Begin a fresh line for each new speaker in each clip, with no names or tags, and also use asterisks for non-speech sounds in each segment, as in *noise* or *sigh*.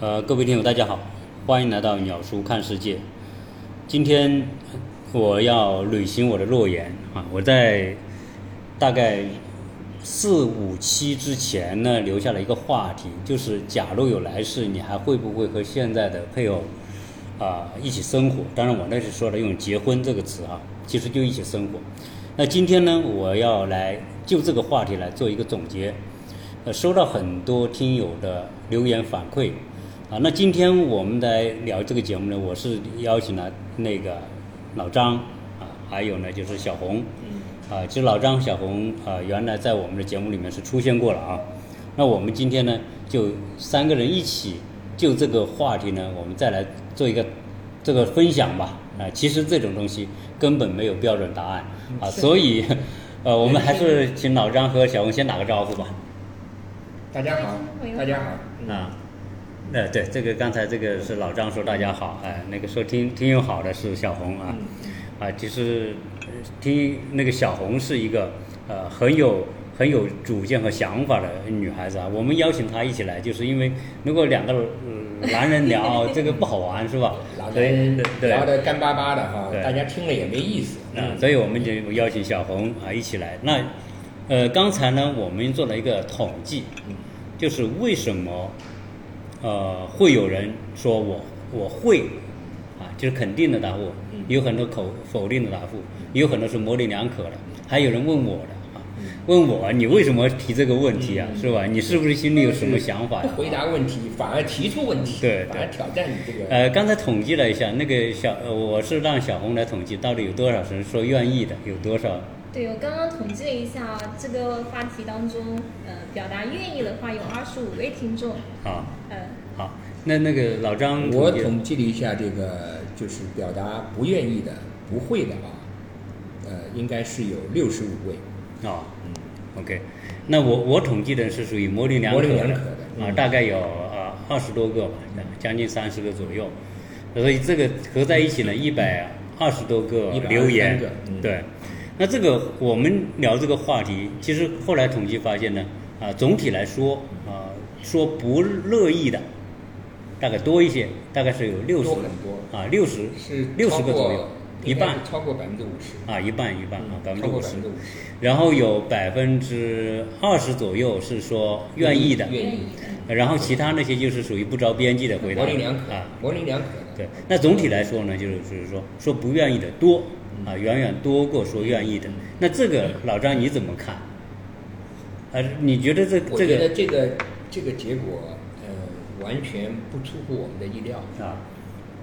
呃，各位听友，大家好，欢迎来到鸟叔看世界。今天我要履行我的诺言啊！我在大概四五期之前呢，留下了一个话题，就是假如有来世，你还会不会和现在的配偶啊、一起生活？当然，我那时说了用“结婚”这个词啊，其实就一起生活。那今天呢，我要来就这个话题来做一个总结。呃，收到很多听友的留言反馈，啊，那今天我们来聊这个节目呢，我是邀请了那个老张啊，还有呢就是小红，啊，其实老张、小红啊，原来在我们的节目里面是出现过了啊。那我们今天呢，就三个人一起就这个话题呢，我们再来做一个这个分享吧。啊，其实这种东西根本没有标准答案啊，所以，呃，我们还是请老张和小红先打个招呼吧。
大家好
各位，听众朋友
大家好。
啊，呃，对，这个刚才这个是老张说大家好，哎、那个说听听友好的是小红啊，
嗯
啊，其实呃听那个小红是一个呃很有很有主见和想法的女孩子啊，我们邀请她一起来，就是因为如果两个、呃男人
*laughs*
聊这个不好玩是吧？
老
所以
人
对对
聊得干巴巴的哈
对，
大家听了也没意思。
嗯，所以我们就邀请小红啊一起来。那，呃，刚才呢，我们做了一个统计，
嗯
就是为什么，呃，会有人说我我会，啊，就是肯定的答复，
嗯
有很多口否定的答复，有很多是模棱两可的，还有人问我的啊，
嗯
问我你为什么提这个问题啊，是吧？你是不是心里有什么想法呀、
不嗯回答问题，反而提出问题，
对对
反而挑战你这个。
呃，刚才统计了一下，那个小，呃我是让小红来统计，到底有多少人说愿意的，有多少
对我刚刚统计了一下啊，这个话题当中，呃，表达愿意的话有二十五位听众，
啊？
呃，
好，那那个老张
我
同学
统计了一下，这个就是表达不愿意的、不会的啊，呃，应该是有六十五位。
哦，OK，那我我统计的是属于模棱两可的
模棱两可的嗯
啊，大概有呃二十多个吧，将近三十个左右，所以这个合在一起呢，一百二十多个
123
留言
个，嗯
对。那这个我们聊这个话题，其实后来统计发现呢，啊、总体来说啊、说不乐意的大概多一些，大概是有六十
多很多
啊，六十
是
六
超
十个
过
左右，一
应该
半
是超过百分之五十，嗯
啊，一半一半啊，百分之
超
五
过
十
百分之。五十。
然后有百分之二十左右是说愿意的，
愿意
然后其他那些就是属于不着边际的回答
模棱两可
啊。，
模棱两可的。
对，那总体来说呢，就是就是说说不愿意的多
嗯
啊，远远多过说愿意的。那这个老张你怎么看？啊，你觉得这
我
这
觉得
个
这个这个结果，呃，完全不出乎我们的意料。
啊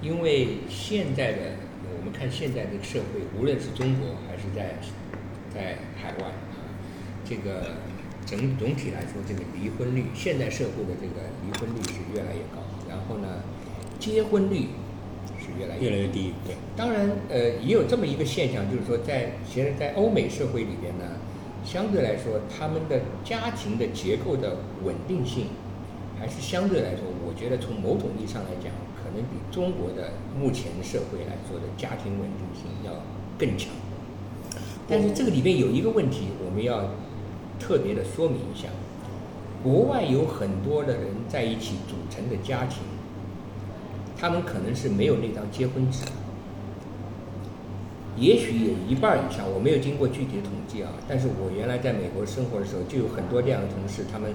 因为现在的我们看现在的社会，无论是中国还是在在海外，啊，这个整总体来说，这个离婚率，现代社会的这个离婚率是越来越高，然后呢，结婚率是越来越
越来越低，对
当然，呃，也有这么一个现象，就是说在，其实，在欧美社会里边呢，相对来说，他们的家庭的结构的稳定性，还是相对来说，我觉得从某种意义上来讲，可能比中国的目前社会来说的家庭稳定性要更强。但是这个里面有一个问题，我们要特别的说明一下：国外有很多的人在一起组成的家庭，他们可能是没有那张结婚纸的。也许有一半以上，我没有经过具体的统计啊，但是我原来在美国生活的时候，就有很多这样的同事，他们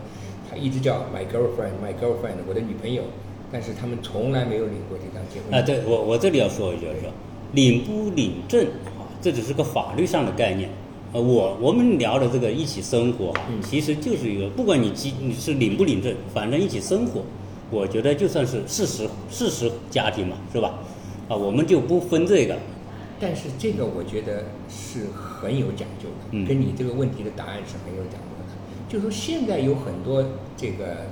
他一直叫 my girlfriend my girlfriend 我的女朋友，但是他们从来没有领过这张结婚
啊，
证。
对我我这里要说一句就是说，领不领证啊，这只是个法律上的概念。呃，我我们聊的这个一起生活啊，
嗯
其实就是一个，不管你记你是领不领证，反正一起生活，我觉得就算是事实事实家庭嘛，是吧？啊，我们就不分这个，
但是这个我觉得是很有讲究的，
嗯
跟你这个问题的答案是很有讲究的。就是说现在有很多这个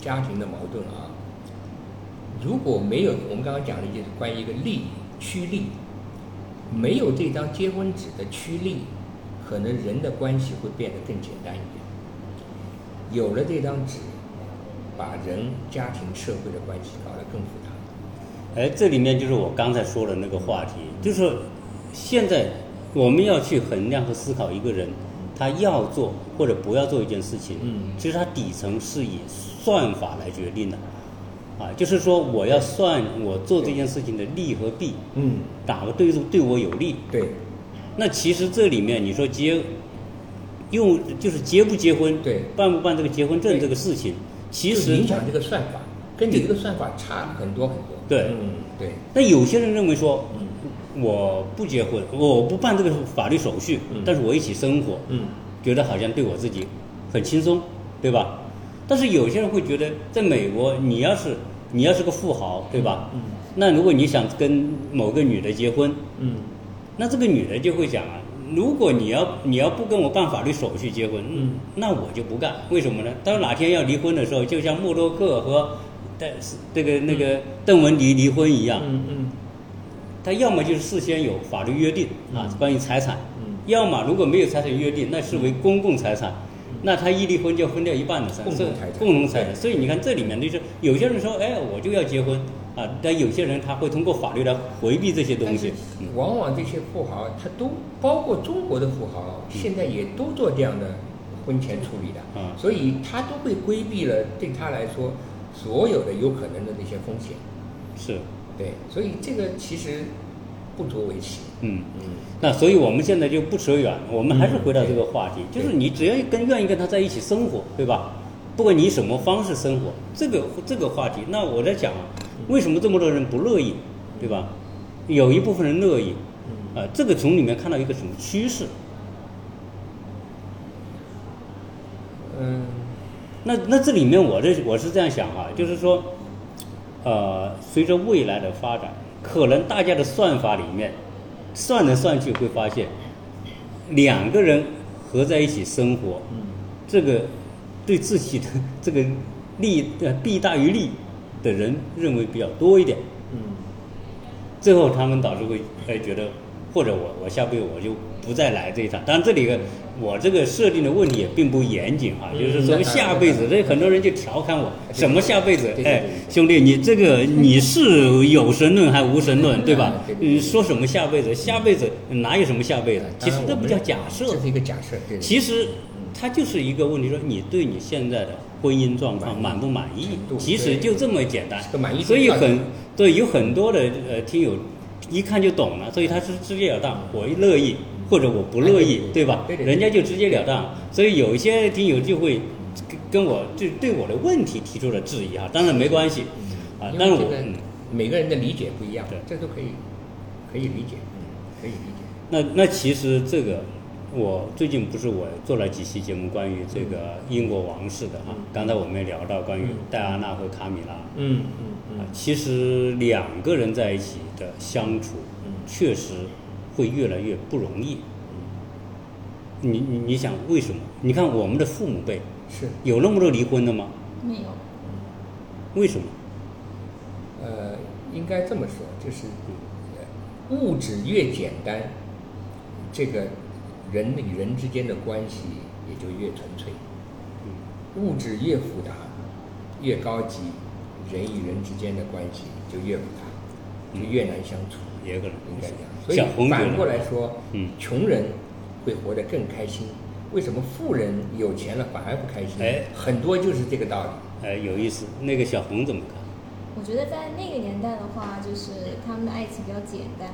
家庭的矛盾啊，如果没有我们刚刚讲的就是关于一个利益趋利，没有这张结婚纸的趋利，可能人的关系会变得更简单一点。有了这张纸，把人、家庭、社会的关系搞得更复杂。
哎，这里面就是我刚才说的那个话题，就是现在我们要去衡量和思考一个人，他要做或者不要做一件事情，
嗯
其实他底层是以算法来决定的。啊，就是说我要算我做这件事情的利和弊，
嗯，
哪个对对我有利。
对
那其实这里面你说结，用就是结不结婚，
对
办不办这个结婚证
对
这个事情，其
就
实
影响这个算法，跟你这个算法差很多很多。
对
嗯，对，
那有些人认为说
嗯，
我不结婚，我不办这个法律手续
嗯，
但是我一起生活，
嗯，
觉得好像对我自己很轻松，对吧？但是有些人会觉得，在美国，你要是你要是个富豪，对吧？
嗯
那如果你想跟某个女的结婚，
嗯，
那这个女的就会讲啊，如果你要你要不跟我办法律手续结婚，
嗯
那我就不干。为什么呢？到哪天要离婚的时候，就像默多克和戴斯这个那个邓文迪离婚一样，
嗯嗯
他要么就是事先有法律约定啊
嗯，
关于财产，
嗯
要么如果没有财产约定，那视为公共财产，那他一离婚就分掉一半的财
嗯共同财产
共同财产。所以你看这里面就是有些人说，哎，我就要结婚啊，但有些人他会通过法律来回避这些东
但
西
是。
嗯
往往这些富豪，他都包括中国的富豪，现在也都做这样的婚前处理的，
嗯
所以他都会规避了对他来说所有的有可能的那些风险。
是，
对，所以这个其实不足为奇。
嗯。
嗯，
那所以我们现在就不扯远，我们还是回到这个话题，
对
就是你只要跟愿意跟他在一起生活，对吧？不管你以什么方式生活，这个这个话题，那我在讲啊，
嗯
为什么这么多人不乐意，对吧？有一部分人乐意，啊、这个从里面看到一个什么趋势？
嗯，
那那这里面我这我是这样想啊，就是说，呃，随着未来的发展，可能大家的算法里面，算来算去会发现，两个人合在一起生活，
嗯
这个对自己的 *laughs* 这个利呃弊大于利的人认为比较多一点，
嗯，
最后他们导致会哎觉得，或者我我下辈子我就不再来这一趟。当然这里个我这个设定的问题也并不严谨啊，
嗯
就是说
那
下辈子，
那
这很多人就调侃我
对
什么下辈子
对对，对
哎
对，对
兄弟你这个你是有神论还无神论对吧
嗯对？对对
你说什么下辈子？下辈子哪有什么下辈子？其实
当然
这
我
不
们
叫假设，
这是一个假设，对的。
其实它就是一个问题，说你对你现在的婚姻状况满不满意
满意？
其实就这么简单
这个满意，度
所以
到底
很对，有很多的呃听友一看就懂了，所以他是直截了当，我乐意或者我不乐意
哎，对对
对吧？
对对对
人家就直截了当，所以有一些听友就会跟跟我就对我的问题提出了质疑啊，当然没关系
嗯
啊，
因为
但是
这
我
个
嗯
每个人的理解不一样
对，
这都可以可以理解，嗯，可以理解。
那那其实这个，我最近不是我做了几期节目关于这个英国王室的哈、
嗯
刚才我们也聊到关于
嗯
戴安娜和卡米拉、
嗯
啊，其实两个人在一起的相处，
嗯
确实会越来越不容易。
嗯
你你你想为什么？你看我们的父母辈
是
有那么多离婚的吗？
嗯没有，
为什么？
呃，应该这么说，就是呃物质越简单，这个人与人之间的关系也就越纯粹；物质越复杂，越高级，人与人之间的关系就越复杂，就越难相处。
也有可能
应该这样。所
像红
以
酒
反过来说，
嗯
穷人会活得更开心。为什么富人有钱了反而不开心？
哎
很多就是这个道理。
哎，有意思。那个小红怎么看？
我觉得在那个年代的话，就是他们的爱情比较简单，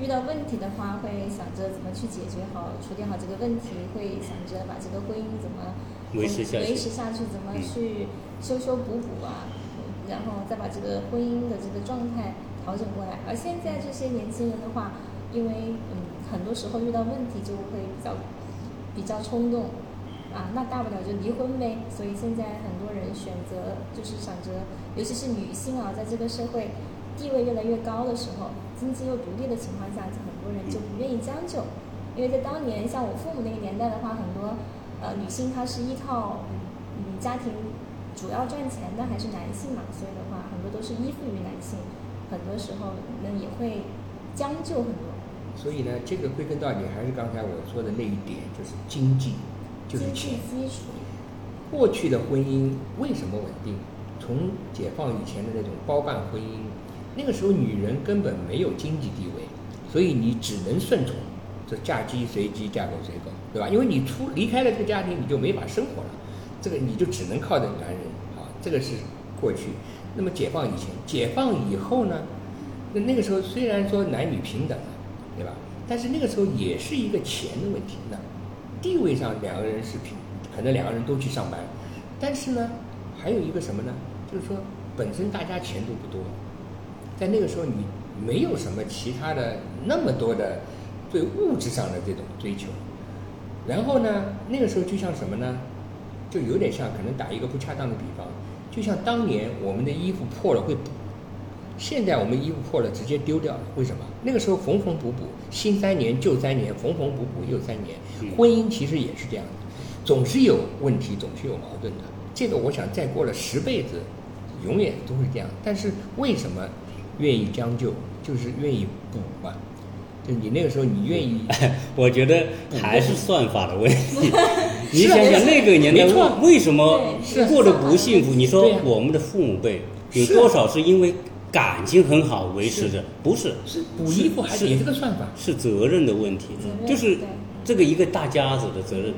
遇到问题的话会想着怎么去解决好、处理好这个问题，会想着把这个婚姻怎么
维持下去
维持下去怎么去修修补补啊，然后再把这个婚姻的这个状态调整过来。而现在这些年轻人的话，因为嗯，很多时候遇到问题就会比较比较冲动，啊，那大不了就离婚呗。所以现在很多人选择就是想着，尤其是女性啊，在这个社会地位越来越高的时候，经济又独立的情况下，很多人就不愿意将就，因为在当年像我父母那个年代的话，很多呃女性她是依靠嗯家庭主要赚钱的还是男性嘛，所以的话很多都是依附于男性，很多时候那也会将就很多。
所以呢，这个归根到底还是刚才我说的那一点，就是经济，就是
经济
钱。
基础，
过去的婚姻为什么稳定？从解放以前的那种包办婚姻，那个时候女人根本没有经济地位，所以你只能顺从，就嫁鸡随鸡，嫁狗随狗，对吧？因为你出离开了这个家庭，你就没法生活了，这个你就只能靠着男人啊，这个是过去。那么解放以前，解放以后呢？那那个时候虽然说男女平等了，啊对吧？但是那个时候也是一个钱的问题呢，地位上两个人是平，可能两个人都去上班，但是呢，还有一个什么呢？就是说本身大家钱都不多，在那个时候你没有什么其他的那么多的对物质上的这种追求，然后呢，那个时候就像什么呢？就有点像可能打一个不恰当的比方，就像当年我们的衣服破了会补，现在我们衣服破了直接丢掉了，为什么？那个时候缝缝补补，新三年旧三年，缝缝补补又三年
嗯。
婚姻其实也是这样的，总是有问题，总是有矛盾的。这个我想再过了十辈子，永远都会这样。但是为什么愿意将就，就是愿意补嘛？就你那个时候，你愿意
我觉得还是算法的问 *laughs* 题。你
是啊
想
没
想
错
那个年代
没错，啊
为什么
对
过得不幸福？
是
你
对
说
呀
我们的父母辈有
是啊
多少是因为感情很好维持着？不 *laughs* 是，
是补衣服还
是
是也是个算法？
是责任的问题
责，任
就是
对
这个一个大家子的责任。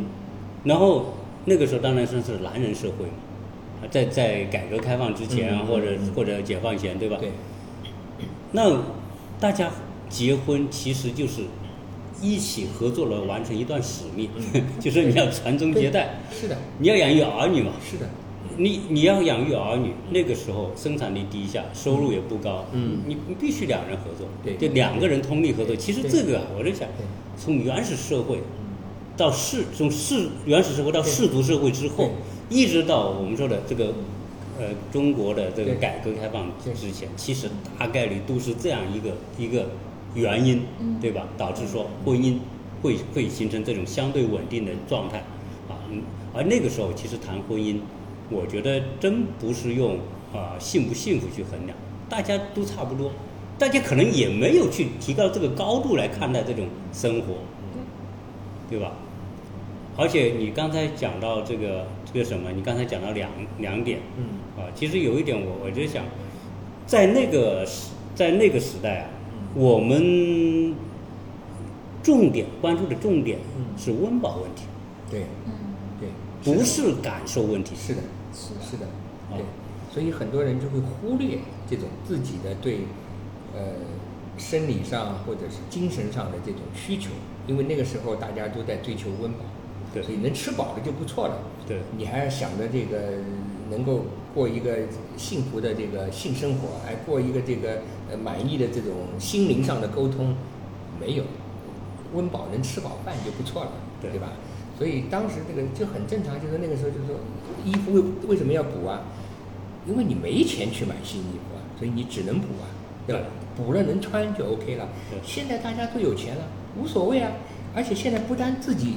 然后那个时候当然是是男人社会嘛，在在改革开放之前啊
嗯嗯
或者
嗯
或者解放前，对吧？
对。
那大家结婚其实就是一起合作了完成一段使命，
嗯
*laughs* 就是你要传宗接代，
是的，
你要养育儿女嘛。
是的，
你你要养育儿女，那个时候生产力低下，收入也不高，
嗯
你你必须两人合作，
对
就两个人通力合作。其实
对
这个啊我在想
对，
从原始社会到氏，从氏原始社会到氏族社会之后，一直到我们说的这个。呃，中国的这个
对
改革开放
对
之前，其实大概率都是这样一个一个原因，
嗯
对吧？导致说婚姻会会形成这种相对稳定的状态啊。嗯而那个时候，其实谈婚姻，我觉得真不是用啊、幸不幸福去衡量，大家都差不多，大家可能也没有去提高这个高度来看待这种生活，
嗯
对吧？而且你刚才讲到这个这个什么，你刚才讲到两两点，
嗯
啊，其实有一点我我就想，在那个时在那个时代啊，
嗯
我们重点关注的重点
嗯
是温饱问题，
对
嗯，
对，
不
的
是感受问题。
是的，
是的
是的，
哦
对，所以很多人就会忽略这种自己的对，呃，生理上或者是精神上的这种需求，因为那个时候大家都在追求温饱，
对
所以能吃饱了就不错了，
对
你还要想着这个能够过一个幸福的这个性生活，还过一个这个呃满意的这种心灵上的沟通，没有，温饱能吃饱饭就不错了，
对
吧？所以当时这个就很正常，就是那个时候就是说，衣服为为什么要补啊？因为你没钱去买新衣服啊，所以你只能补啊，对吧？补了能穿就 OK 了
对。
现在大家都有钱了，无所谓啊。而且现在不单自己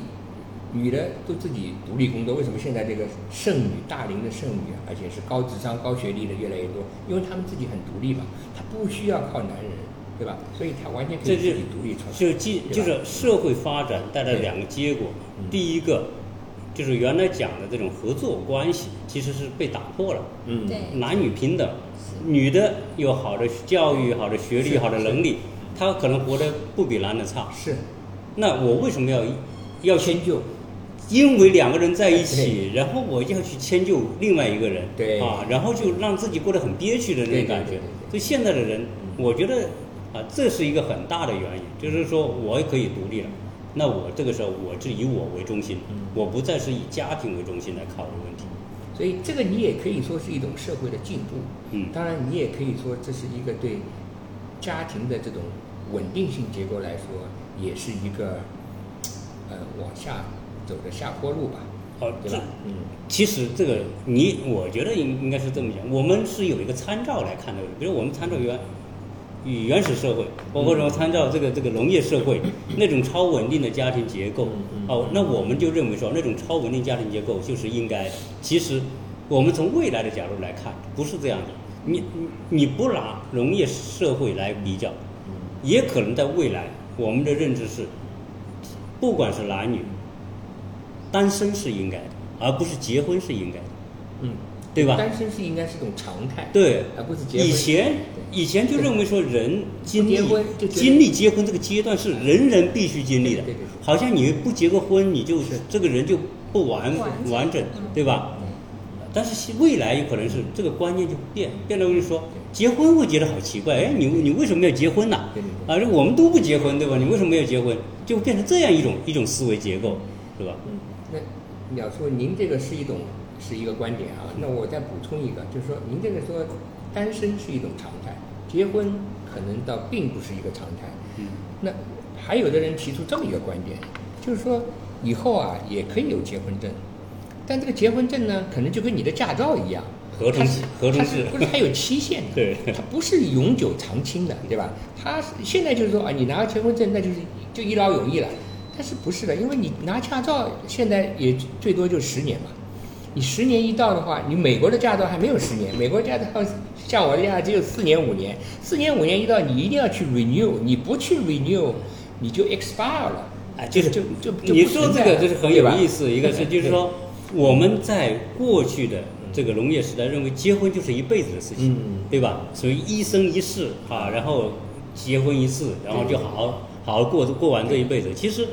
女的都自己独立工作，为什么现在这个剩女大龄的剩女，而且是高智商、高学历的越来越多？因为她们自己很独立嘛，她不需要靠男人，对吧？所以她完全可以
这
自
是
己独立出来。
就进
对吧
就是社会发展带来两个结果
嗯，
第一个就是原来讲的这种合作关系其实是被打破了，
嗯
对
男女平等，女的有好的教育、好的学历、
是
好的能力，她可能活得不比男的差。
是
那我为什么要要去
迁就，
因为两个人在一起，然后我要去迁就另外一个人，
对
啊，然后就让自己过得很憋屈的那
对
种
对
感
对
觉
对。对
所以现在的人，
嗯
我觉得啊，这是一个很大的原因，就是说我也可以独立了。那我这个时候，我是以我为中心，
嗯
我不再是以家庭为中心来考虑问题。
所以这个你也可以说是一种社会的进步。
嗯
当然你也可以说这是一个对家庭的这种稳定性结构来说，也是一个呃往下走的下坡路吧，
好，
对
这
吧？嗯，
其实这个你，我觉得应应该是这么讲，我们是有一个参照来看的，比如我们参照原与原始社会，包
嗯
括说参照这个这个农业社会那种超稳定的家庭结构
嗯嗯，
哦，那我们就认为说那种超稳定家庭结构就是应该，其实我们从未来的角度来看，不是这样的。你你你不拿农业社会来比较，
嗯
也可能在未来我们的认知是，不管是男女，单身是应该的，而不是结婚是应该的，
嗯，
对吧？
单身是应该是一种常态，
对，
而不是结婚。
以前
对
以前就认为说人经历
结婚就觉得
经历结婚这个阶段是人人必须经历的
对对对对，
好像你不结个婚，你就是这个人就不完
完整
完整
嗯，
对吧？但是未来有可能是这个观念就变变了，我跟你说，结婚会觉得好奇怪，哎，你你为什么要结婚呢、
对对
啊，我们都不结婚，对吧？你为什么要结婚？就变成这样一种一种思维结构，对吧？
嗯那鸟叔，您这个是一种是一个观点啊。那我再补充一个，就是说，您这个说单身是一种常态，结婚可能倒并不是一个常态。
嗯，
那还有的人提出这么一个观点，就是说以后啊也可以有结婚证，但这个结婚证呢，可能就跟你的驾照一样，
合同
它
制
是
合同
它是
制
不是它有期限的？
对
它不是永久长青的，对吧？它是现在就是说啊，你拿结婚证，那就是就一劳永逸了。但是不是的，因为你拿驾照现在也最多就十年嘛。你十年一到的话，你美国的驾照还没有十年，美国驾照像我的驾照只有四年五年，四年五年一到，你一定要去 renew，你不去 renew，你就 expire 了。
哎，就是
就就就
你说这个就是很有意
思。
思，一个是就是说我们在过去的这个农业时代认为结婚就是一辈子的事情，
嗯
对吧？所以一生一世啊，然后结婚一次，然后就好好好好过过完这一辈子。其实，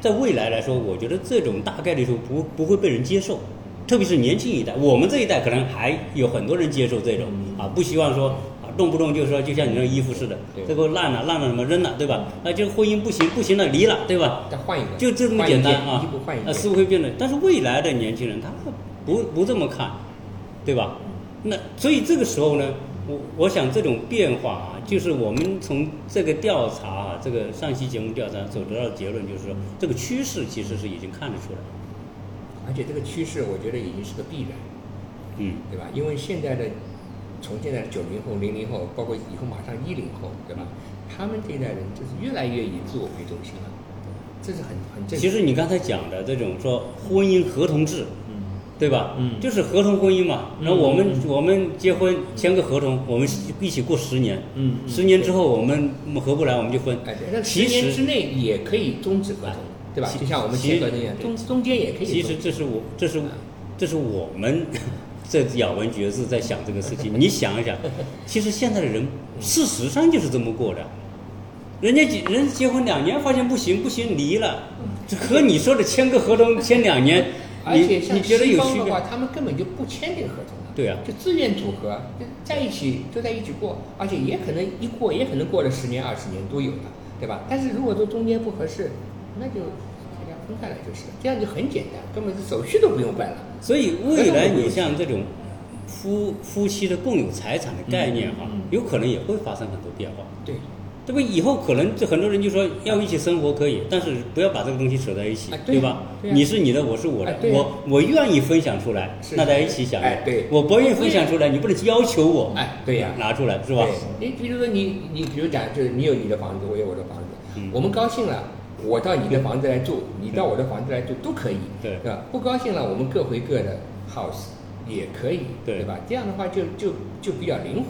在未来来说，我觉得这种大概率是不不会被人接受。特别是年轻一代，我们这一代可能还有很多人接受这种
嗯
啊，不希望说啊动不动就说就像你那衣服似的
对，
这个烂了烂了什么扔了，对吧？啊，这个婚姻不行不行了离了，对吧？
再换一个，
就这么
换一
简单
件
啊
衣服换一，
呃，
件，
思维会变的。但是未来的年轻人他不不这么看，对吧？
嗯
那所以这个时候呢，我我想这种变化啊，就是我们从这个调查啊，这个上期节目调查所得到的结论，就是说这个趋势其实是已经看得出来了。
而且这个趋势我觉得已经是个必然，
嗯，
对吧？因为现在的从现在的九零后、零零后，包括以后马上一零后，对吧？他们这一代人就是越来越以自我为中心了，这是很很正常。
其实你刚才讲的这种说婚姻合同制，
嗯，
对吧？
嗯
就是合同婚姻嘛。
嗯
那我们、
嗯嗯
我们结婚签个合同，我们一起过十年。
嗯嗯
十年之后我们合不来，我们就分。
哎，对，那十
其
年之
实
内也可以终止合同，对吧？
其
就像我们
其
签合同一样，中中间也可以终止。
其实这是我，这
啊
是这是我们
*laughs*
这咬文嚼字在想这个事情。你想一
*laughs*
想，其实现在的人
嗯
事实上就是这么过的。人家结人结婚两年发现不行不行离了，这和你说的签个合同签两年，
嗯 *laughs* 而
你
且像
你觉得
西
有
方
区
的
别
话，？他们根本就不签这个合同了。
对啊
就自愿组合，就在一起就在一起过，而且也可能一过也可能过了十年二十年都有了，对吧？但是如果说中间不合适，那就大家分开来就是了，这样就很简单，根本是手续都不用办了。
所以未来你像这种夫夫妻的共有财产的概念哈、
嗯嗯嗯
有可能也会发生很多变化。
对，
这不以后可能就很多人就说要一起生活可以，但是不要把这个东西扯在一起，
啊对
对吧？
对啊
你是你的，我是我的，
啊对啊
我我愿意分享出来，
是
那在一起享用。
哎对
我不愿意分享出来，你不能要求我。
哎对呀
拿出来是吧？
对？你比如说你你比如讲就是你有你的房子，我有我的房子，
嗯
我们高兴了。我到你的房子来住，你到我的房子来住都可以，
对
吧？不高兴了，我们各回各的 house 也可以，
对
吧？这样的话就就就比较灵活，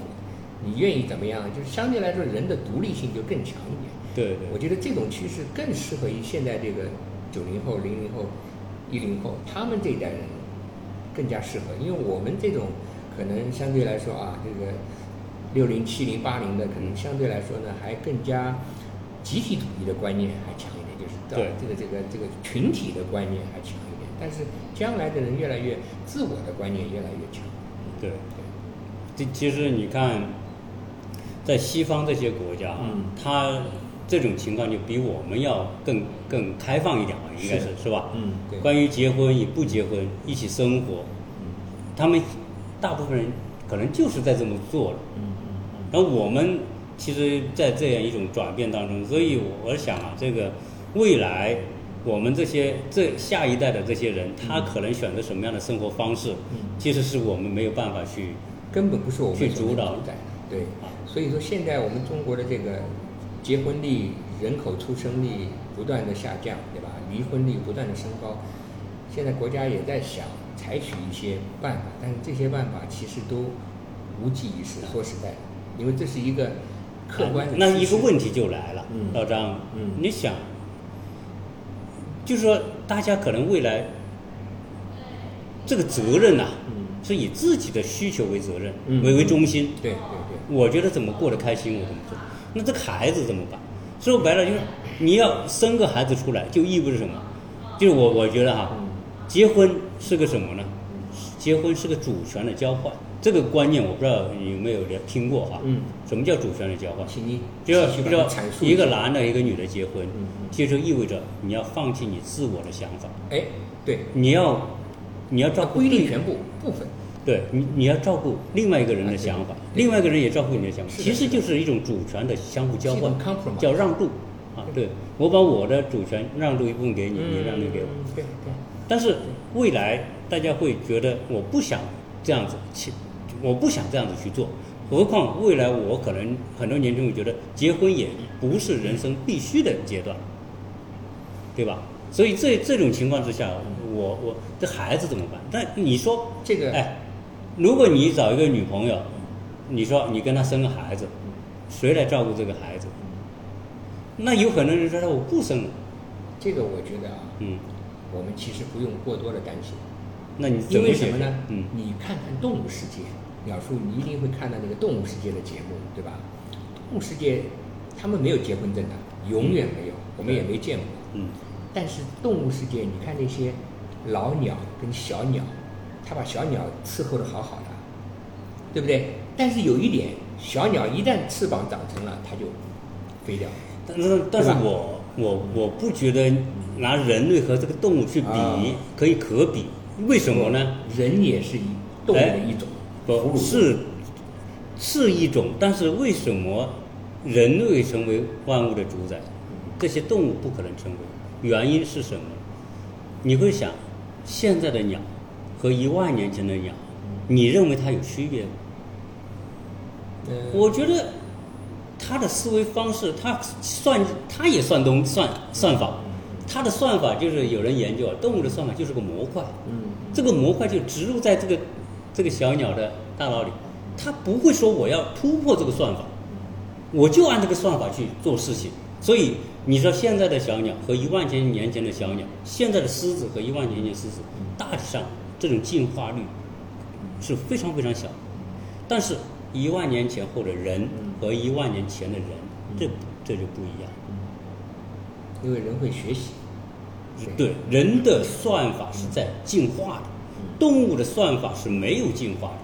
你愿意怎么样，就是相对来说人的独立性就更强一点。
对
我
对，
觉得这种趋势更适合于现在这个九零后、零零后、一零后他们这一代人更加适合，因为我们这种可能相对来说啊，这个六零、七零、八零的，可能相对来说呢还更加集体主义的观念还强一点，就是到
对
这个这个这个群体的观念还强一点，但是将来的人越来越自我的观念越来越强。
对。这其实你看，在西方这些国家啊，
嗯
它这种情况就比我们要更更开放一点吧，应该是是吧？
嗯，对，
关于结婚与不结婚，一起生活，
嗯
他们大部分人可能就是在这么做了。
嗯嗯嗯。
然后我们其实，在这样一种转变当中，所以我想啊，这个未来我们这些这下一代的这些人，他可能选择什么样的生活方式，
嗯
其实是我们没有办法去
根本不是我们
去
所能
主导
主宰的。对
啊，
所以说现在我们中国的这个结婚率、人口出生率不断的下降，对吧？离婚率不断的升高，现在国家也在想采取一些办法，但是这些办法其实都无济于事。说实在的，因为这是一个客观的、
啊那一个问，题就来了，
嗯
老张，
嗯
你想，就是说大家可能未来这个责任呐、啊
嗯
是以自己的需求为责任，
嗯
为为中心。
对对对，
我觉得怎么过得开心，我怎么做。那这个孩子怎么办？说白了就是，你要生个孩子出来，就意味着什么？就是我我觉得哈、
嗯
结婚是个什么呢？结婚是个主权的交换，这个观念我不知道你有没有了听过哈？
嗯，
什么叫主权的交换？
请你
就
继续
就
把它阐述
一个
下
男的一个女的结婚
嗯嗯，
这就意味着你要放弃你自我的想法，
哎，对，
你要你要照顾
不一定
对
全部部分，
对你，你要照顾另外一个人的想法，
啊对
另外一个人也照顾你的想法，
是的
其实就是一种主权的相互交
是一
换
种 compromise，
叫让渡啊。对，我把我的主权让渡一部分给你，你让渡给我。
嗯对对，
但是未来大家会觉得我不想这样子去，我不想这样子去做。何况未来我可能很多年轻人会觉得结婚也不是人生必须的阶段，对吧？所以这这种情况之下，我我这孩子怎么办？但你说
这个
哎，如果你找一个女朋
嗯
友，你说你跟她生个孩子，谁来照顾这个孩子？
嗯
那有可能人说哎我不生了，
这个我觉得啊，
嗯，
我们其实不用过多的担心，
那你怎
因
么
为
解
什
决
么呢？
嗯，
你看看动物世界，鸟叔，你一定会看到那个动物世界的节目，对吧？动物世界他们没有结婚证的，永远没有，我们也没见过。
嗯
但是动物世界，你看那些老鸟跟小鸟，它把小鸟伺候的好好的，对不对？但是有一点，小鸟一旦翅膀长成了，它就飞掉了。
但是但是
嗯对吧
我我我不觉得拿人类和这个动物去比、
啊
可以可比，为什么呢？
人也是一动物的一种，哺乳
不
类
是是一种，但是为什么人类成为万物的主宰，这些动物不可能成为？原因是什么？你会想，现在的鸟和一万年前的鸟，你认为它有区别吗？
呃
我觉得他的思维方式，他算他也算东算算法，他的算法就是有人研究啊，动物的算法就是个模块，
嗯，
这个模块就植入在这个这个小鸟的大脑里，它不会说我要突破这个算法，我就按这个算法去做事情。所以你说现在的小鸟和一万前年前的小鸟，现在的狮子和一万年前的狮子，大体上这种进化率是非常非常小的。但是，一万年前后的人
嗯
和一万年前的人，这这就不一样。
因为人会学习，
对，人的算法是在进化的，动物的算法是没有进化的。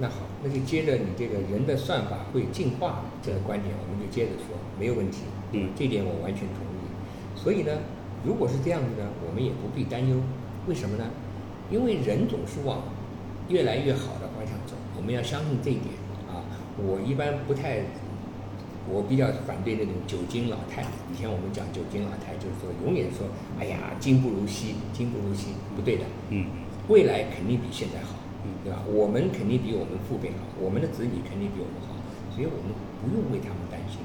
那好，那就接着你这个人的算法会进化这个观点，我们就接着说，没有问题。
嗯
这点我完全同意。所以呢，如果是这样子呢，我们也不必担忧。为什么呢？因为人总是往越来越好的方向走，我们要相信这一点啊。我一般不太，我比较反对那种久经老态。以前我们讲久经老态，就是说永远说，哎呀，今不如昔，今不如昔，不对的。
嗯，
未来肯定比现在好
嗯，
对吧？我们肯定比我们父辈好，我们的子女肯定比我们好，所以我们不用为他们担心。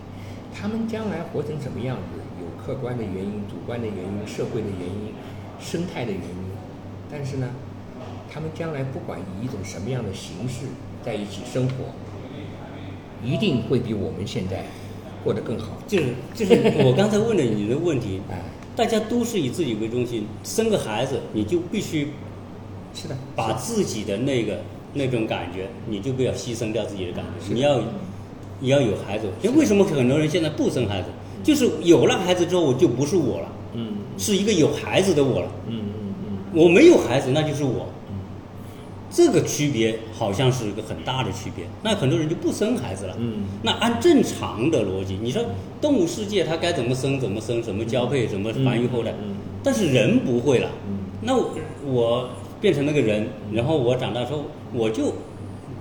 他们将来活成什么样子，有客观的原因、主观的原因、社会的原因、生态的原因，但是呢，他们将来不管以一种什么样的形式在一起生活，一定会比我们现在过得更好。
就是 *laughs* 就是我刚才问了你的问题，
哎，
大家都是以自己为中心，生个孩子你就必须
是的，
把自己的那个那种感觉，你就不要牺牲掉自己的感
是
觉，你要你要有孩子。就为什么很多人现在不生孩子，就是有了孩子之后我就不是我了，
嗯
是一个有孩子的我了。
嗯嗯嗯
我没有孩子，那就是我。
嗯
这个区别好像是一个很大的区别。那很多人就不生孩子了。
嗯
那按正常的逻辑，你说动物世界它该怎么生怎么生，怎么交配，怎么繁育后代，
嗯嗯
但是人不会了。
嗯
那我我变成那个人，然后我长大之后，我就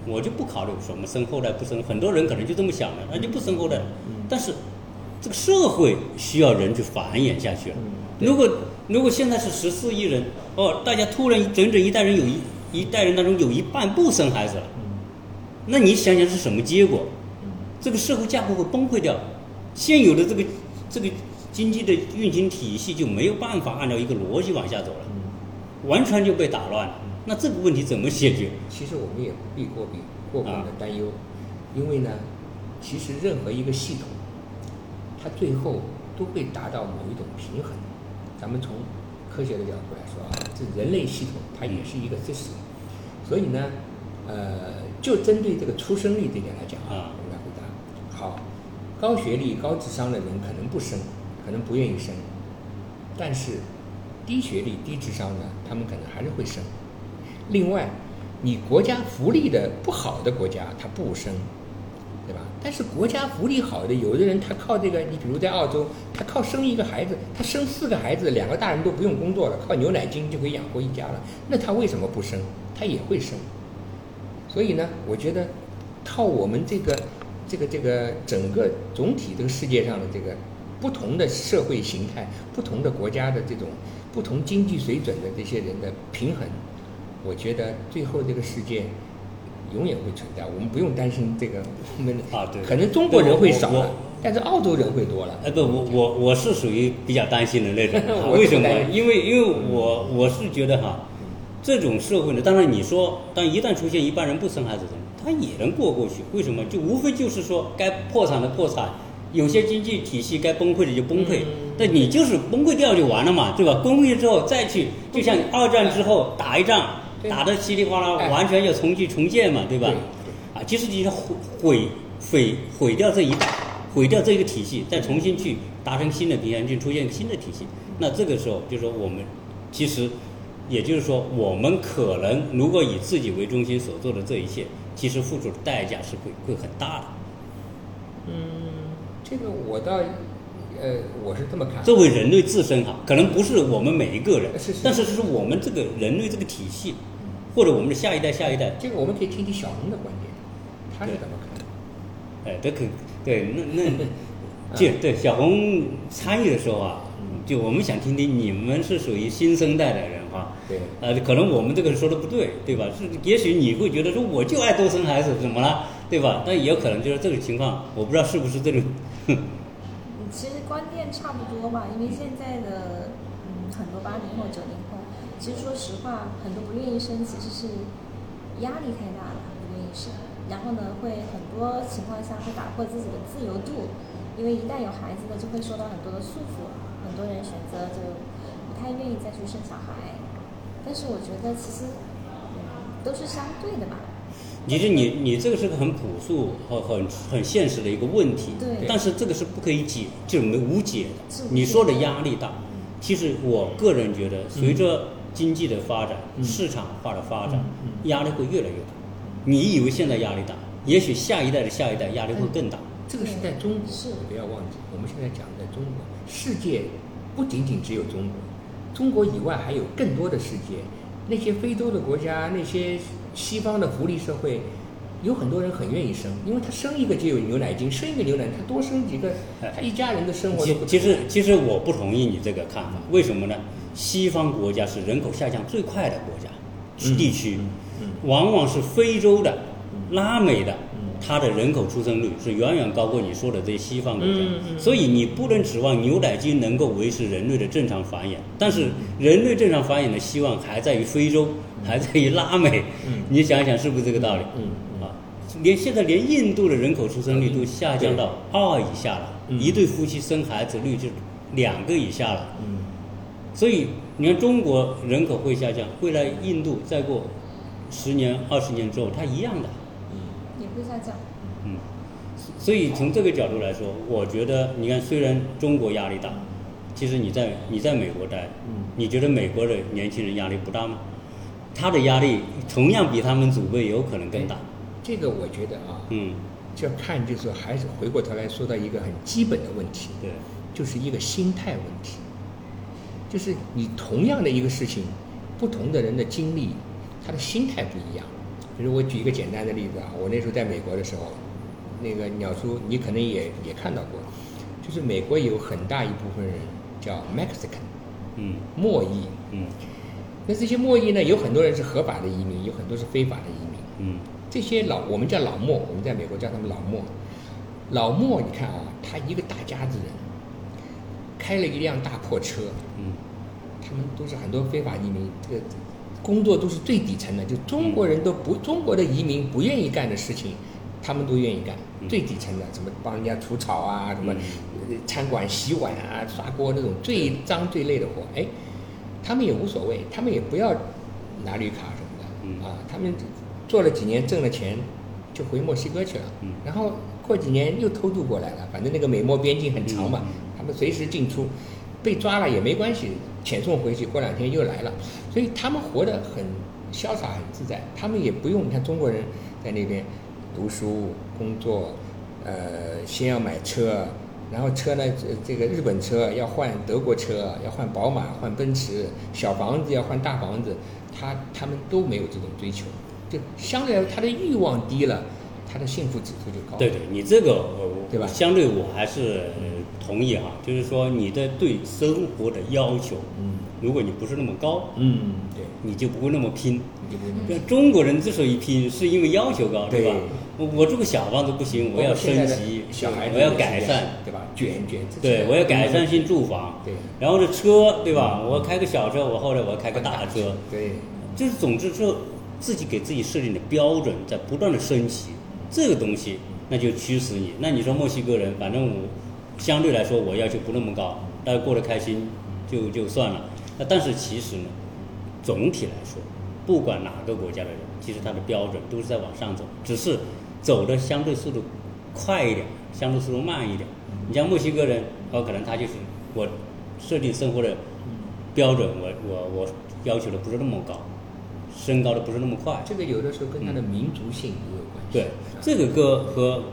我就不考虑什么生后代不生，很多人可能就这么想了，那就不生后代了。但是这个社会需要人去繁衍下去了。如果如果现在是十四亿人，哦，大家突然整整一代人有一一代人当中有一半不生孩子了，
嗯
那你想想是什么结果？这个社会架构会崩溃掉，现有的这个这个经济的运行体系就没有办法按照一个逻辑往下走了，
嗯
完全就被打乱了。那这个问题怎么解决？
其实我们也不必过比过分的担忧，因为呢，其实任何一个系统，它最后都会达到某一种平衡。咱们从科学的角度来说啊，这人类系统它也是一个 system，所以呢，呃，就针对这个出生率这点来讲
啊
我们来回答。好，高学历、高智商的人可能不生，可能不愿意生，但是低学历、低智商呢，他们可能还是会生。另外，你国家福利的不好的国家，它不生，对吧？但是国家福利好的，有的人他靠这个，你比如在澳洲，他靠生一个孩子，他生四个孩子，两个大人都不用工作了，靠牛奶金就可以养活一家了。那他为什么不生？他也会生。所以呢，我觉得靠我们这个、这个、这个整个总体这个世界上的这个不同的社会形态、不同的国家的这种不同经济水准的这些人的平衡，我觉得最后这个世界永远会存在。我们不用担心这个，我们
啊对
可能中国人会少
对我
了
我，
但是澳洲人会多了。
哎，不，我我我是属于比较担心的那种啊
*laughs* 我，
为什么
不担？心嗯
因为因为我我是觉得哈，这种社会呢，当然你说，但一旦出现一般人不生孩子的，他也能过过去。为什么？就无非就是说，该破产的破产，有些经济体系该崩溃的就崩溃
嗯，
那、你就是崩溃掉就完了嘛，对吧？崩溃之后再去，就像二战之后打一仗，
对
打得稀里哗啦，
哎
完全要重新重建嘛，对吧？啊，其实你要毁毁毁毁掉这一毁掉这个体系，再重新去达成新的平衡，就出现新的体系。那这个时候就是说我们其实也就是说我们可能如果以自己为中心所做的这一切，其实付出的代价是会会很大的。
嗯，这个我倒，呃，我是这么看。
作为人类自身哈，可能不是我们每一个人，
是是
但是是我们这个人类这个体系，或者我们的下一代下一代，
这个我们可以听听小红的观点，她是怎么看的？
哎，这可对，那那就对小红参与的时候啊，就我们想听听你们是属于新生代的人哈、
对，
呃，可能我们这个说的不对，对吧？是，也许你会觉得说我就爱多生孩子，怎么了，对吧？但也有可能就是这种情况，我不知道是不是这种，
嗯其实观念差不多吧，因为现在的嗯很多八零后、九零后，其实说实话，很多不愿意生，其实是压力太大了，不愿意生。然后呢，会很多情况下会打破自己的自由度，因为一旦有孩子呢，就会受到很多的束缚，很多人选择就不太愿意再去生小孩。但是我觉得其实、嗯、都是相对的吧，
其实你你这个是个很朴素和很很现实的一个问题，
对
但是这个是不可以解，就是没无解
是
的
无。解嗯
你说的压力大，其实我个人觉得，随着经济的发展、
嗯
市场化的发展，
嗯
压力会越来越大。你以为现在压力大，也许下一代的下一代压力会更大。
这个是在中国，
是
你不要忘记，我们现在讲的在中国，世界不仅仅只有中国，中国以外还有更多的世界。那些非洲的国家，那些西方的福利社会，有很多人很愿意生，因为他生一个就有牛奶金，生一个牛奶，他多生几个，他一家人的生活
其
都不
哎其实其实我不同意你这个看法，为什么呢？西方国家是人口下降最快的国家、
嗯
地区，
嗯
往往是非洲的、拉美的
嗯，
它的人口出生率是远远高过你说的这些西方国家
嗯嗯，
所以你不能指望牛奶金能够维持人类的正常繁衍，但
嗯
是人类正常繁衍的希望还在于非洲，还在于拉美
嗯，
你想想是不是这个道理？
嗯嗯
啊，连现在连印度的人口出生率都下降到二以下了，
嗯
一对夫妻生孩子率就两个以下了。
嗯
所以你看，中国人口会下降，未来印度再过十年、二十年之后，它一样的。
嗯
也会下降。
嗯，所以从这个角度来说，我觉得你看，虽然中国压力大，其实你在你在美国待，
嗯
你觉得美国的年轻人压力不大吗？他的压力同样比他们祖辈有可能更大。
这个我觉得啊，
嗯，
就要看就是说还是回过头来说到一个很基本的问题，
对。
就是一个心态问题，就是你同样的一个事情，不同的人的经历，他的心态不一样。比如我举一个简单的例子啊，我那时候在美国的时候，那个鸟叔你可能也也看到过，就是美国有很大一部分人叫 Mexican
嗯
墨裔，
嗯
那这些墨裔呢，有很多人是合法的移民，有很多是非法的移民。
嗯
这些老我们叫老莫，我们在美国叫他们老莫。老莫，你看啊，他一个大家子人，开了一辆大破车，
嗯
他们都是很多非法移民，这个工作都是最底层的，就中国人都不中国的移民不愿意干的事情，他们都愿意干，
嗯
最底层的什么帮人家除草啊，什么
嗯
呃餐馆洗碗啊、刷锅那种最脏最累的活，哎，他们也无所谓，他们也不要拿绿卡什么的，
嗯
啊，他们做了几年挣了钱，就回墨西哥去了，
嗯
然后过几年又偷渡过来了，反正那个美墨边境很长嘛，
嗯
他们随时进出，被抓了也没关系，遣送回去，过两天又来了，所以他们活得很潇洒很自在，他们也不用你看中国人在那边读书工作，呃，先要买车，然后车呢，这这个日本车要换德国车，要换宝马，换奔驰，小房子要换大房子，他他们都没有这种追求，就相对来说他的欲望低了，他的幸福指数就高了。
对对，你这个呃
对吧
相对我还是呃同意哈，就是说你的对生活的要求，
嗯
如果你不是那么高，
嗯，对，
你就不会那么拼。
你就不能。
那中国人之所以拼，是因为要求高，
嗯对
吧？我我住个小房子不行，我要升级，
小孩子
我要
也是
改
这样
善，，
对吧？卷卷自己
对我要改
嗯
善性住房。
对
然后这车，对吧？我开个小车，我后来我要开个大车，
对，
就是总之说自己给自己设定的标准在不断的升级，这个东西那就驱使你。那你说墨西哥人，反正我相对来说我要求不那么高，大家过得开心就就算了。那但是其实呢，总体来说，不管哪个国家的人，其实他的标准都是在往上走，只是走的相对速度快一点，相对速度慢一点。你像墨西哥人，哦，可能他就是我设定生活的标准，我我我要求的不是那么高，升高的不是那么快。
这个有的时候跟他的民族性也有关系。
对
是吧，
这个歌和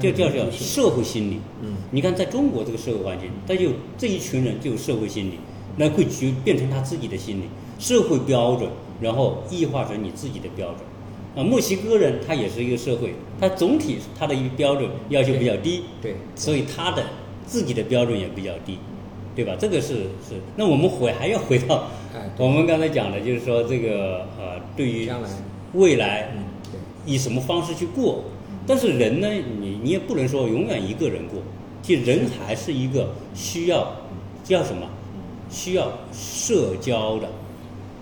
就叫
跟他的民
叫
族性
社会心理。
嗯
你看，在中国这个社会环境，他就这一群人就有社会心理，那会去变成他自己的心理社会标准，然后异化成你自己的标准。啊，墨西哥人他也是一个社会，他总体他的一个标准要求比较低，
对对
所以他的自己的标准也比较低，对吧？这个是是。那我们回还要回到
哎对
我们刚才讲的，就是说这个呃，对于
将来
未来
嗯，对，
以什么方式去过。但是人呢，你你也不能说永远一个人过，其实人还是一个需要叫什么？
嗯
需要社交的，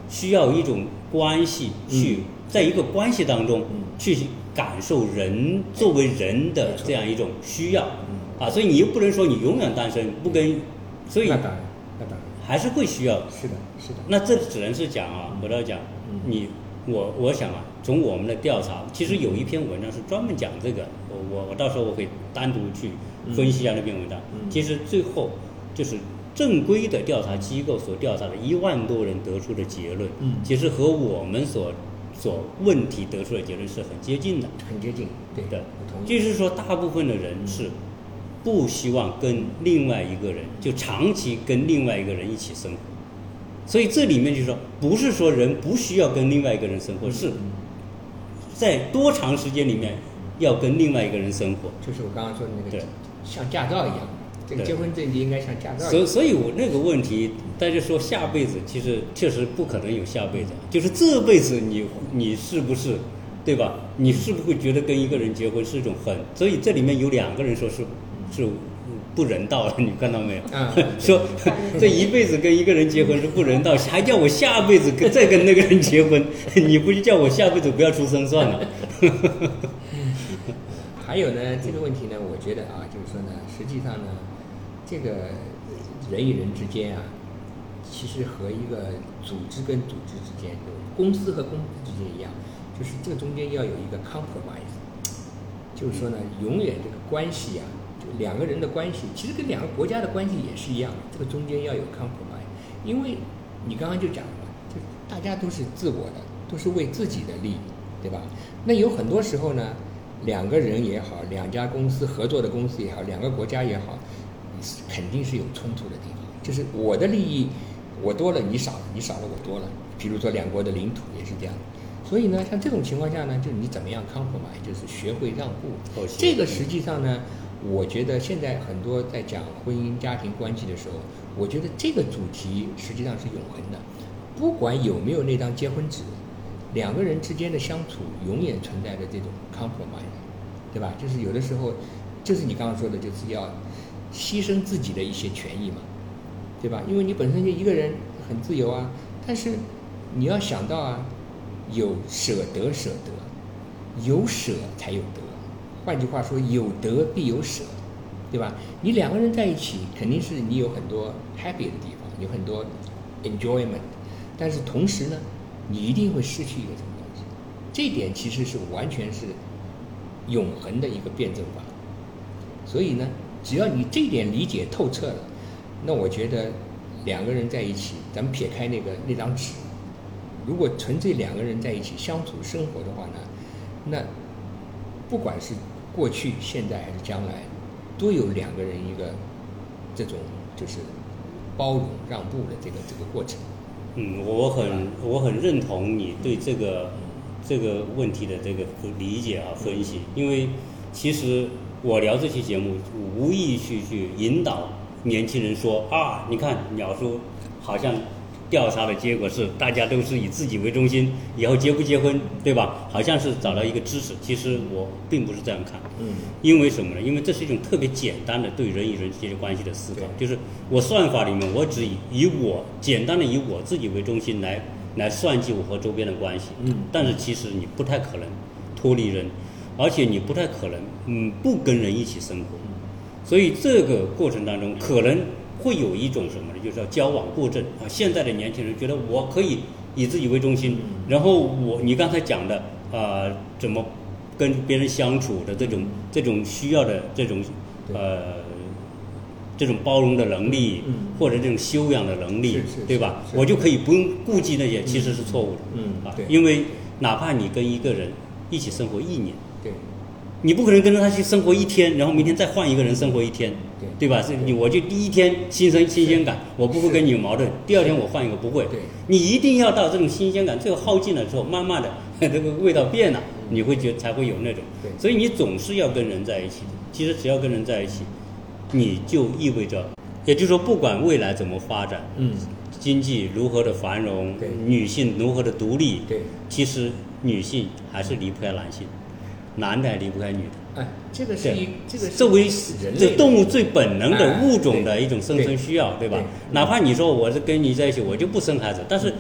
需要一种关系去，在一个关系当中
嗯
去感受人作为人的
没错嗯
这样一种需要啊，所以你又不能说你永远单身不跟，所以
那当然，那当然，
还是会需要
是的，是的，
那这只能是讲啊，我要讲
嗯，
你我我想啊，从我们的调查，其实有一篇文章是专门讲这个，我我我到时候我会单独去分析一下那篇文章。
嗯
其实最后就是正规的调查机构所调查的一万多人得出的结论，
嗯
其实和我们所所问题得出的结论是很接近的。
很接近，对，
对
我同，
就
意。嗯
是说大部分的人是不希望跟另外一个人就长期跟另外一个人一起生活，所以这里面就是说，不是说人不需要跟另外一个人生
嗯
活，是在多长时间里面要跟另外一个人生活。
就是我刚刚说的那
对
个，像驾照一样，这个
对
结婚证就应该像驾照一
所以
样。
所以我那个问题，大家说下辈子其实确实不可能有下辈子，就是这辈子你你是不是，对吧？你是不是会觉得跟一个人结婚是一种很？所以这里面有两个人说是是不人道 *laughs* 的，你看到没有？
嗯
说这一辈子跟一个人结婚是不人道，还叫我下辈子跟再跟那个人结婚， *laughs* 你不就叫我下辈子不要出生算了？
还有呢，这个问题呢，我觉得啊，就是说呢，实际上呢，这个人与人之间啊，其实和一个组织跟组织之间，公司和公司之间一样，就是这个中间要有一个 compromise，就是说呢，永远这个关系啊，就两个人的关系，其实跟两个国家的关系也是一样的，这个中间要有 compromise，因为你刚刚就讲了，就大家都是自我的，都是为自己的利益，对吧？那有很多时候呢，两个人也好，两家公司合作的公司也好，两个国家也好，肯定是有冲突的地方。就是我的利益我多了你少了，你少了我多了。比如说两国的领土也是这样的。所以呢，像这种情况下呢，就是你怎么样 compromise，就是学会让步
妥。协
这个实际上呢，我觉得现在很多在讲婚姻家庭关系的时候，我觉得这个主题实际上是永恒的，不管有没有那张结婚纸，两个人之间的相处永远存在着这种 compromise，对吧？就是有的时候，就是你刚刚说的，就是要牺牲自己的一些权益嘛，对吧？因为你本身就一个人很自由啊，但是你要想到啊，有舍得舍得，有舍才有得。换句话说，有得必有舍，对吧？你两个人在一起，肯定是你有很多 happy 的地方，有很多 enjoyment，但是同时呢，你一定会失去一个什么东西。这一点其实是完全是永恒的一个辩证法。所以呢，只要你这一点理解透彻了，那我觉得两个人在一起，咱们撇开那个那张纸，如果纯粹两个人在一起相处生活的话呢，那不管是过去、现在还是将来，都有两个人一个这种就是包容让步的这个这个过程。
嗯，我很我很认同你对这个这个问题的这个理解啊分析，因为其实我聊这期节目无意去去引导年轻人说啊，你看鸟叔好像调查的结果是大家都是以自己为中心，以后结不结婚对吧？好像是找到一个知识，其实我并不是这样看，
嗯，
因为什么呢？因为这是一种特别简单的对人与人之间的关系的思考，就
对
是我算法里面，我只以以我简单的以我自己为中心来来算计我和周边的关系。
嗯
但是其实你不太可能脱离人，而且你不太可能嗯不跟人一起生活。所以这个过程当中，可能会有一种什么呢？就是要交往过正啊。现在的年轻人觉得我可以以自己为中
嗯
心，然后我你刚才讲的啊、呃怎么跟别人相处的这种这种需要的这种呃这种包容的能力，
嗯
或者这种修养的能力
是，是
对吧？
是
我就可以不用顾忌那些，其实是错误的。
嗯
啊
对，
因为哪怕你跟一个人一起生活一年，
对，
你不可能跟着他去生活一天，然后明天再换一个人生活一天，
对
吧？是你我就第一天新生新鲜感，我不会跟你有矛盾，第二天我换一个不会，
对
你一定要到这种新鲜感最后耗尽了之后，慢慢的 *laughs* 这个味道变了，你会觉得才会有那种，
嗯对
所以你总是要跟人在一起的。其实只要跟人在一起，你就意味着，也就是说，不管未来怎么发展，
嗯，
经济如何的繁荣
对，
女性如何的独立，
对。
其实女性还是离不开男性，男的还离不开女的。
哎，这个是一这个是
作为
人类
这
的
动物最本能的
哎
物种的
对
一种生存需要，对吧
对？
哪怕你说我是跟你在一起，我就不生孩子，但是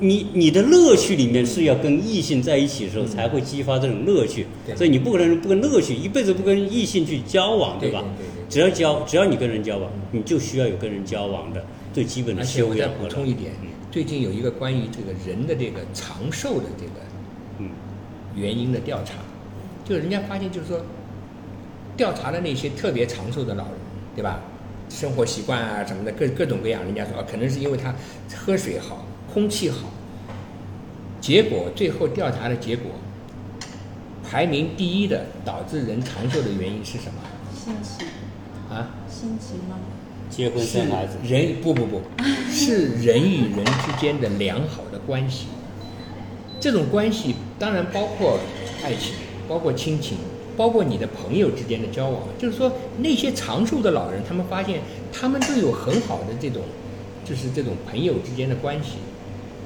你你的乐趣里面是要跟异性在一起的时候才会激发这种乐趣，
嗯对
所以你不可能不跟乐趣一辈子不跟异性去交往，
对
吧？
对对对
只要交只要你跟人交往，你就需要有跟人交往的最基本的
而且
修
我再
养
补
和嗯
充一点，最近有一个关于这个人的这个长寿的这个
嗯
原因的调查，就是人家发现就是说，调查的那些特别长寿的老人，对吧？生活习惯啊什么的，各各种各样，人家说啊，可能是因为他喝水好，空气好。结果最后调查的结果，排名第一的导致人长寿的原因是什么
心情，
啊？
心情吗？
结婚
是
生孩子，
人不不不，是人与人之间的良好的关系。这种关系当然包括爱情，包括亲情，包括你的朋友之间的交往。就是说，那些长寿的老人，他们发现他们都有很好的这种，就是这种朋友之间的关系，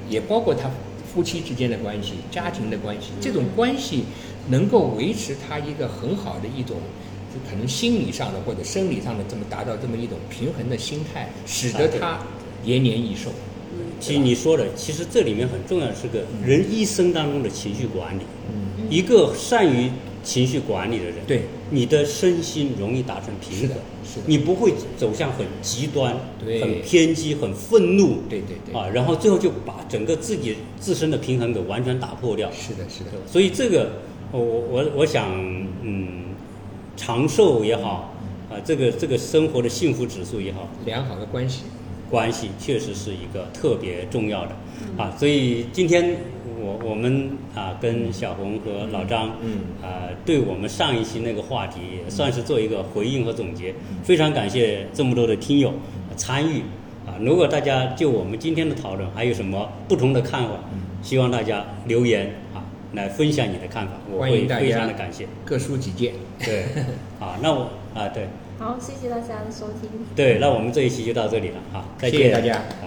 也包括他夫妻之间的关系、家庭的关系。这种关系能够维持他一个很好的一种。就可能心理上的或者生理上的，这么达到这么一种平衡的心态，使得他延年益寿。
其实你说的，其实这里面很重要的是个人一生当中的情绪管理。
嗯，
一个善于情绪管理的人，
对，
你的身心容易达成平
是的
衡，
是的
你不会走向很极端、
对
很偏激、很愤怒，
对对对
啊，然后最后就把整个自己自身的平衡给完全打破掉。
是的，是的，
所以这个，我我我想，嗯，长寿也好，啊，这个这个生活的幸福指数也好，
良好的关系。
关系确实是一个特别重要的
嗯
啊，所以今天我我们啊跟小红和老张，
嗯
啊，对我们上一期那个话题也算是做一个回应和总结，
嗯
非常感谢这么多的听友啊参与啊，如果大家就我们今天的讨论还有什么不同的看法，
嗯
希望大家留言啊来分享你的看法，我
欢
会
迎大
非常
家
的感谢。
各抒己见。
对， *laughs* 啊，那我啊对
好，谢谢大家的收听。 *laughs*
对，那我们这一期就到这里了啊，再
谢
见
谢大家
啊。